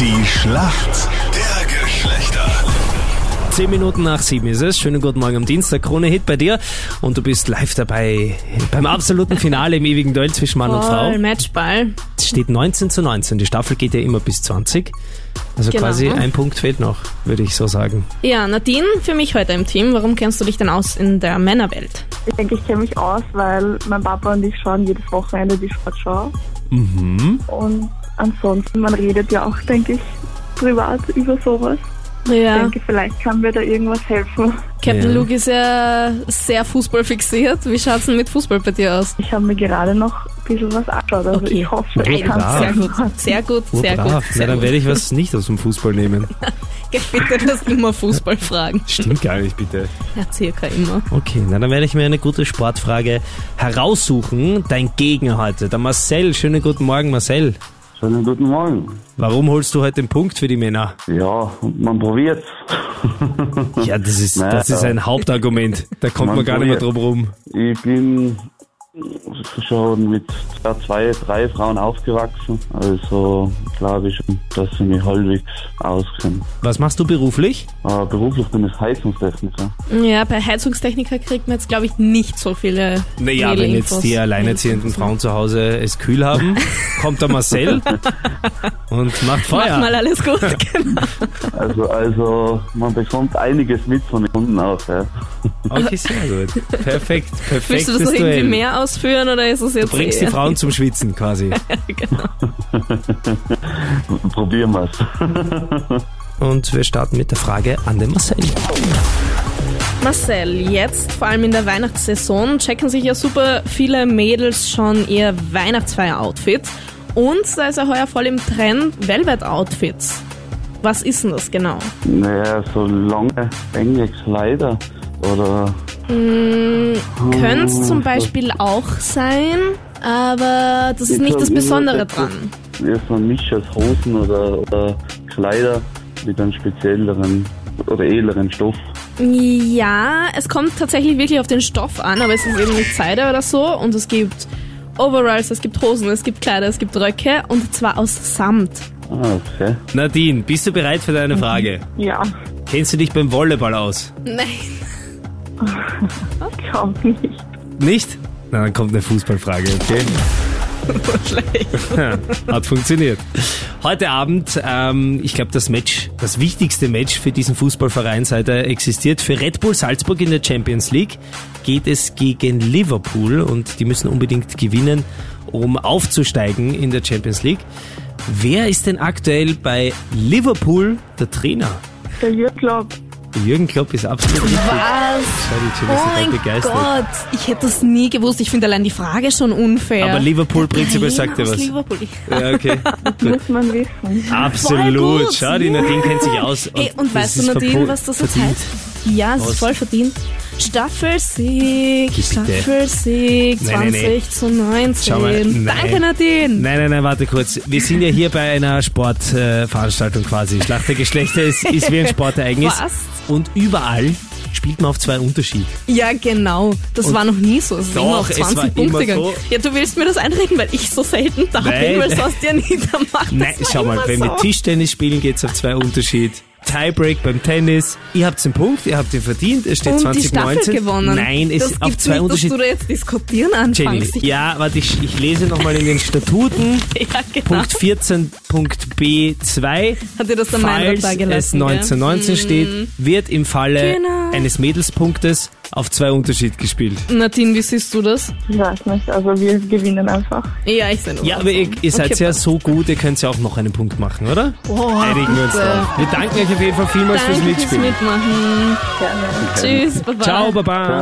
Die Schlacht der Geschlechter. Zehn Minuten nach sieben ist es. Schönen guten Morgen am Dienstag. Krone Hit bei dir. Und du bist live dabei beim absoluten Finale im ewigen Duell zwischen Mann und Frau. Voll, Matchball. Es steht 19 zu 19. Die Staffel geht ja immer bis 20. Also Genau. quasi ein Punkt fehlt noch, würde ich so sagen. Ja, Nadine, für mich heute im Team. Warum kennst du dich denn aus in der Männerwelt? Ich denke, ich kenne mich aus, weil mein Papa und ich schauen jedes Wochenende die Sportschau. Mhm. Und ansonsten, man redet ja auch, denke ich, privat über sowas. Ich Ja, denke, vielleicht kann mir da irgendwas helfen. Ja. Captain Luke ist ja sehr Fußball fixiert. Wie schaut's denn mit Fußball bei dir aus? Ich habe mir gerade noch ein bisschen was angeschaut. Also Okay. ich hoffe, ich Ja, kann klar. Sehr es gut, sehr gut, sehr gut. Urbrav. Na, Sehr dann gut. werde ich was nicht aus dem Fußball nehmen. Bitte das immer Fußball fragen. Stimmt gar nicht, bitte. Ja, circa immer. Okay, na, dann werde ich mir eine gute Sportfrage heraussuchen. Dein Gegner heute, der Marcel. Schönen guten Morgen, Marcel. Schönen guten Morgen. Warum holst du heute den Punkt für die Männer? Ja, man probiert's. Ja, das ist, Na, das ist ja. ein Hauptargument. Da kommt Man man gar nicht mehr drum rum. Ich bin schon mit ja, zwei, drei Frauen aufgewachsen. Also glaube ich, schon, dass ich mich halbwegs auskenne. Was machst du beruflich? Äh, beruflich bin ich Heizungstechniker. Ja, bei Heizungstechniker kriegt man jetzt, glaube ich, nicht so viele. Naja, viele wenn Infos. jetzt die alleinerziehenden Frauen zu Hause es kühl haben, kommt der Marcel und macht Mach mal Feuer. alles gut. genau. Also, also man bekommt einiges mit von den Kunden auch. Ja. Okay, sehr gut. Perfekt, Willst du perfektes das noch irgendwie Duell. mehr ausführen oder ist es jetzt. eh- Du bringst die eher- Frauen zum Schwitzen quasi. Probieren wir's. Und wir starten mit der Frage an den Marcel. Marcel, jetzt vor allem in der Weihnachtssaison checken sich ja super viele Mädels schon ihr Weihnachtsfeier-Outfit. Und da ist ja heuer voll im Trend Velvet-Outfits. Was ist denn das genau? Naja, so lange, enge Kleider oder Könnte es zum Beispiel auch sein, aber das ist nicht das Besondere dran. Ja, so ein Misch aus Hosen oder, oder Kleider mit einem spezielleren oder edleren Stoff. Ja, es kommt tatsächlich wirklich auf den Stoff an, aber es ist eben nicht Seide oder so. Und es gibt Overalls, es gibt Hosen, es gibt Kleider, es gibt Röcke und zwar aus Samt. Ah, okay. Nadine, bist du bereit für deine Frage? Ja, Kennst du dich beim Volleyball aus? Nein. glaube nicht. Nicht? Na, dann kommt eine Fußballfrage, okay? Hat funktioniert. Heute Abend, ähm, ich glaube, das Match, das wichtigste Match für diesen Fußballverein, seit er existiert, für Red Bull Salzburg in der Champions League geht es gegen Liverpool und die müssen unbedingt gewinnen, um aufzusteigen in der Champions League. Wer ist denn aktuell bei Liverpool der Trainer? Der Jürgen Klopp, Jürgen Klopp ist absolut richtig. Was? Schau, die Jill Oh ist total mein begeistert. Gott, ich hätte das nie gewusst. Ich finde allein die Frage schon unfair. Aber Liverpool Der prinzipiell Trainer sagt dir aus was. Liverpool. Ja, okay. muss man wissen. Voll Absolut. gut. Schau, die Nadine kennt sich aus. Hey, Und und das weißt du, ist Nadine, verpo- was das jetzt verdient. heißt? Ja, es Was? ist voll verdient. Staffelsieg, Gib bitte. Staffelsieg, 20 Nein, nein, nein. zu 19. Schau mal, nein. Danke, Nadine. Nein, nein, nein, warte kurz. Wir sind ja hier bei einer Sportveranstaltung äh, Veranstaltung quasi. Schlacht der Geschlechter ist, ist wie ein Sportereignis. Fast. Und überall spielt man auf zwei Unterschied. Ja, genau. Das war noch nie so. Es ist Doch, immer auf es 20 war immer Punkte gegangen. so. Ja, du willst mir das einreden, weil ich so selten da Nein. bin, weil sonst ja niemand macht. Nein, das war schau mal, immer wenn so. wir Tischtennis spielen, geht's auf zwei Unterschied. Tiebreak beim Tennis. Ihr habt den Punkt, ihr habt ihn verdient, es steht und die 2019. Staffel gewonnen. Nein, es das ist auf gibt's zwei nicht, Unterschied. dass du da jetzt diskutieren Jenny, anfängst. Ich- ja, warte, ich, ich lese nochmal in den Statuten. ja, genau. Punkt 14.b2. Hat dir das der Meinrad Falls da es gelassen? 1919 steht, wird im Falle Mhm. Genau. eines Mädelspunktes auf zwei Unterschied gespielt. Gell? Nadine, Hm. wie siehst du das? Ich weiß nicht, also wir gewinnen einfach. Ja, ich sehe nur Ja, was. aber ihr, ihr seid Okay, ja so gut, ihr könnt ja auch noch einen Punkt machen, oder? Boah, Einigen wir uns bitte. drauf. Wir danken euch auf jeden Fall vielmals Danke fürs fürs Mitspielen. Mitmachen. Gerne. Tschüss, baba. Ciao, Baba.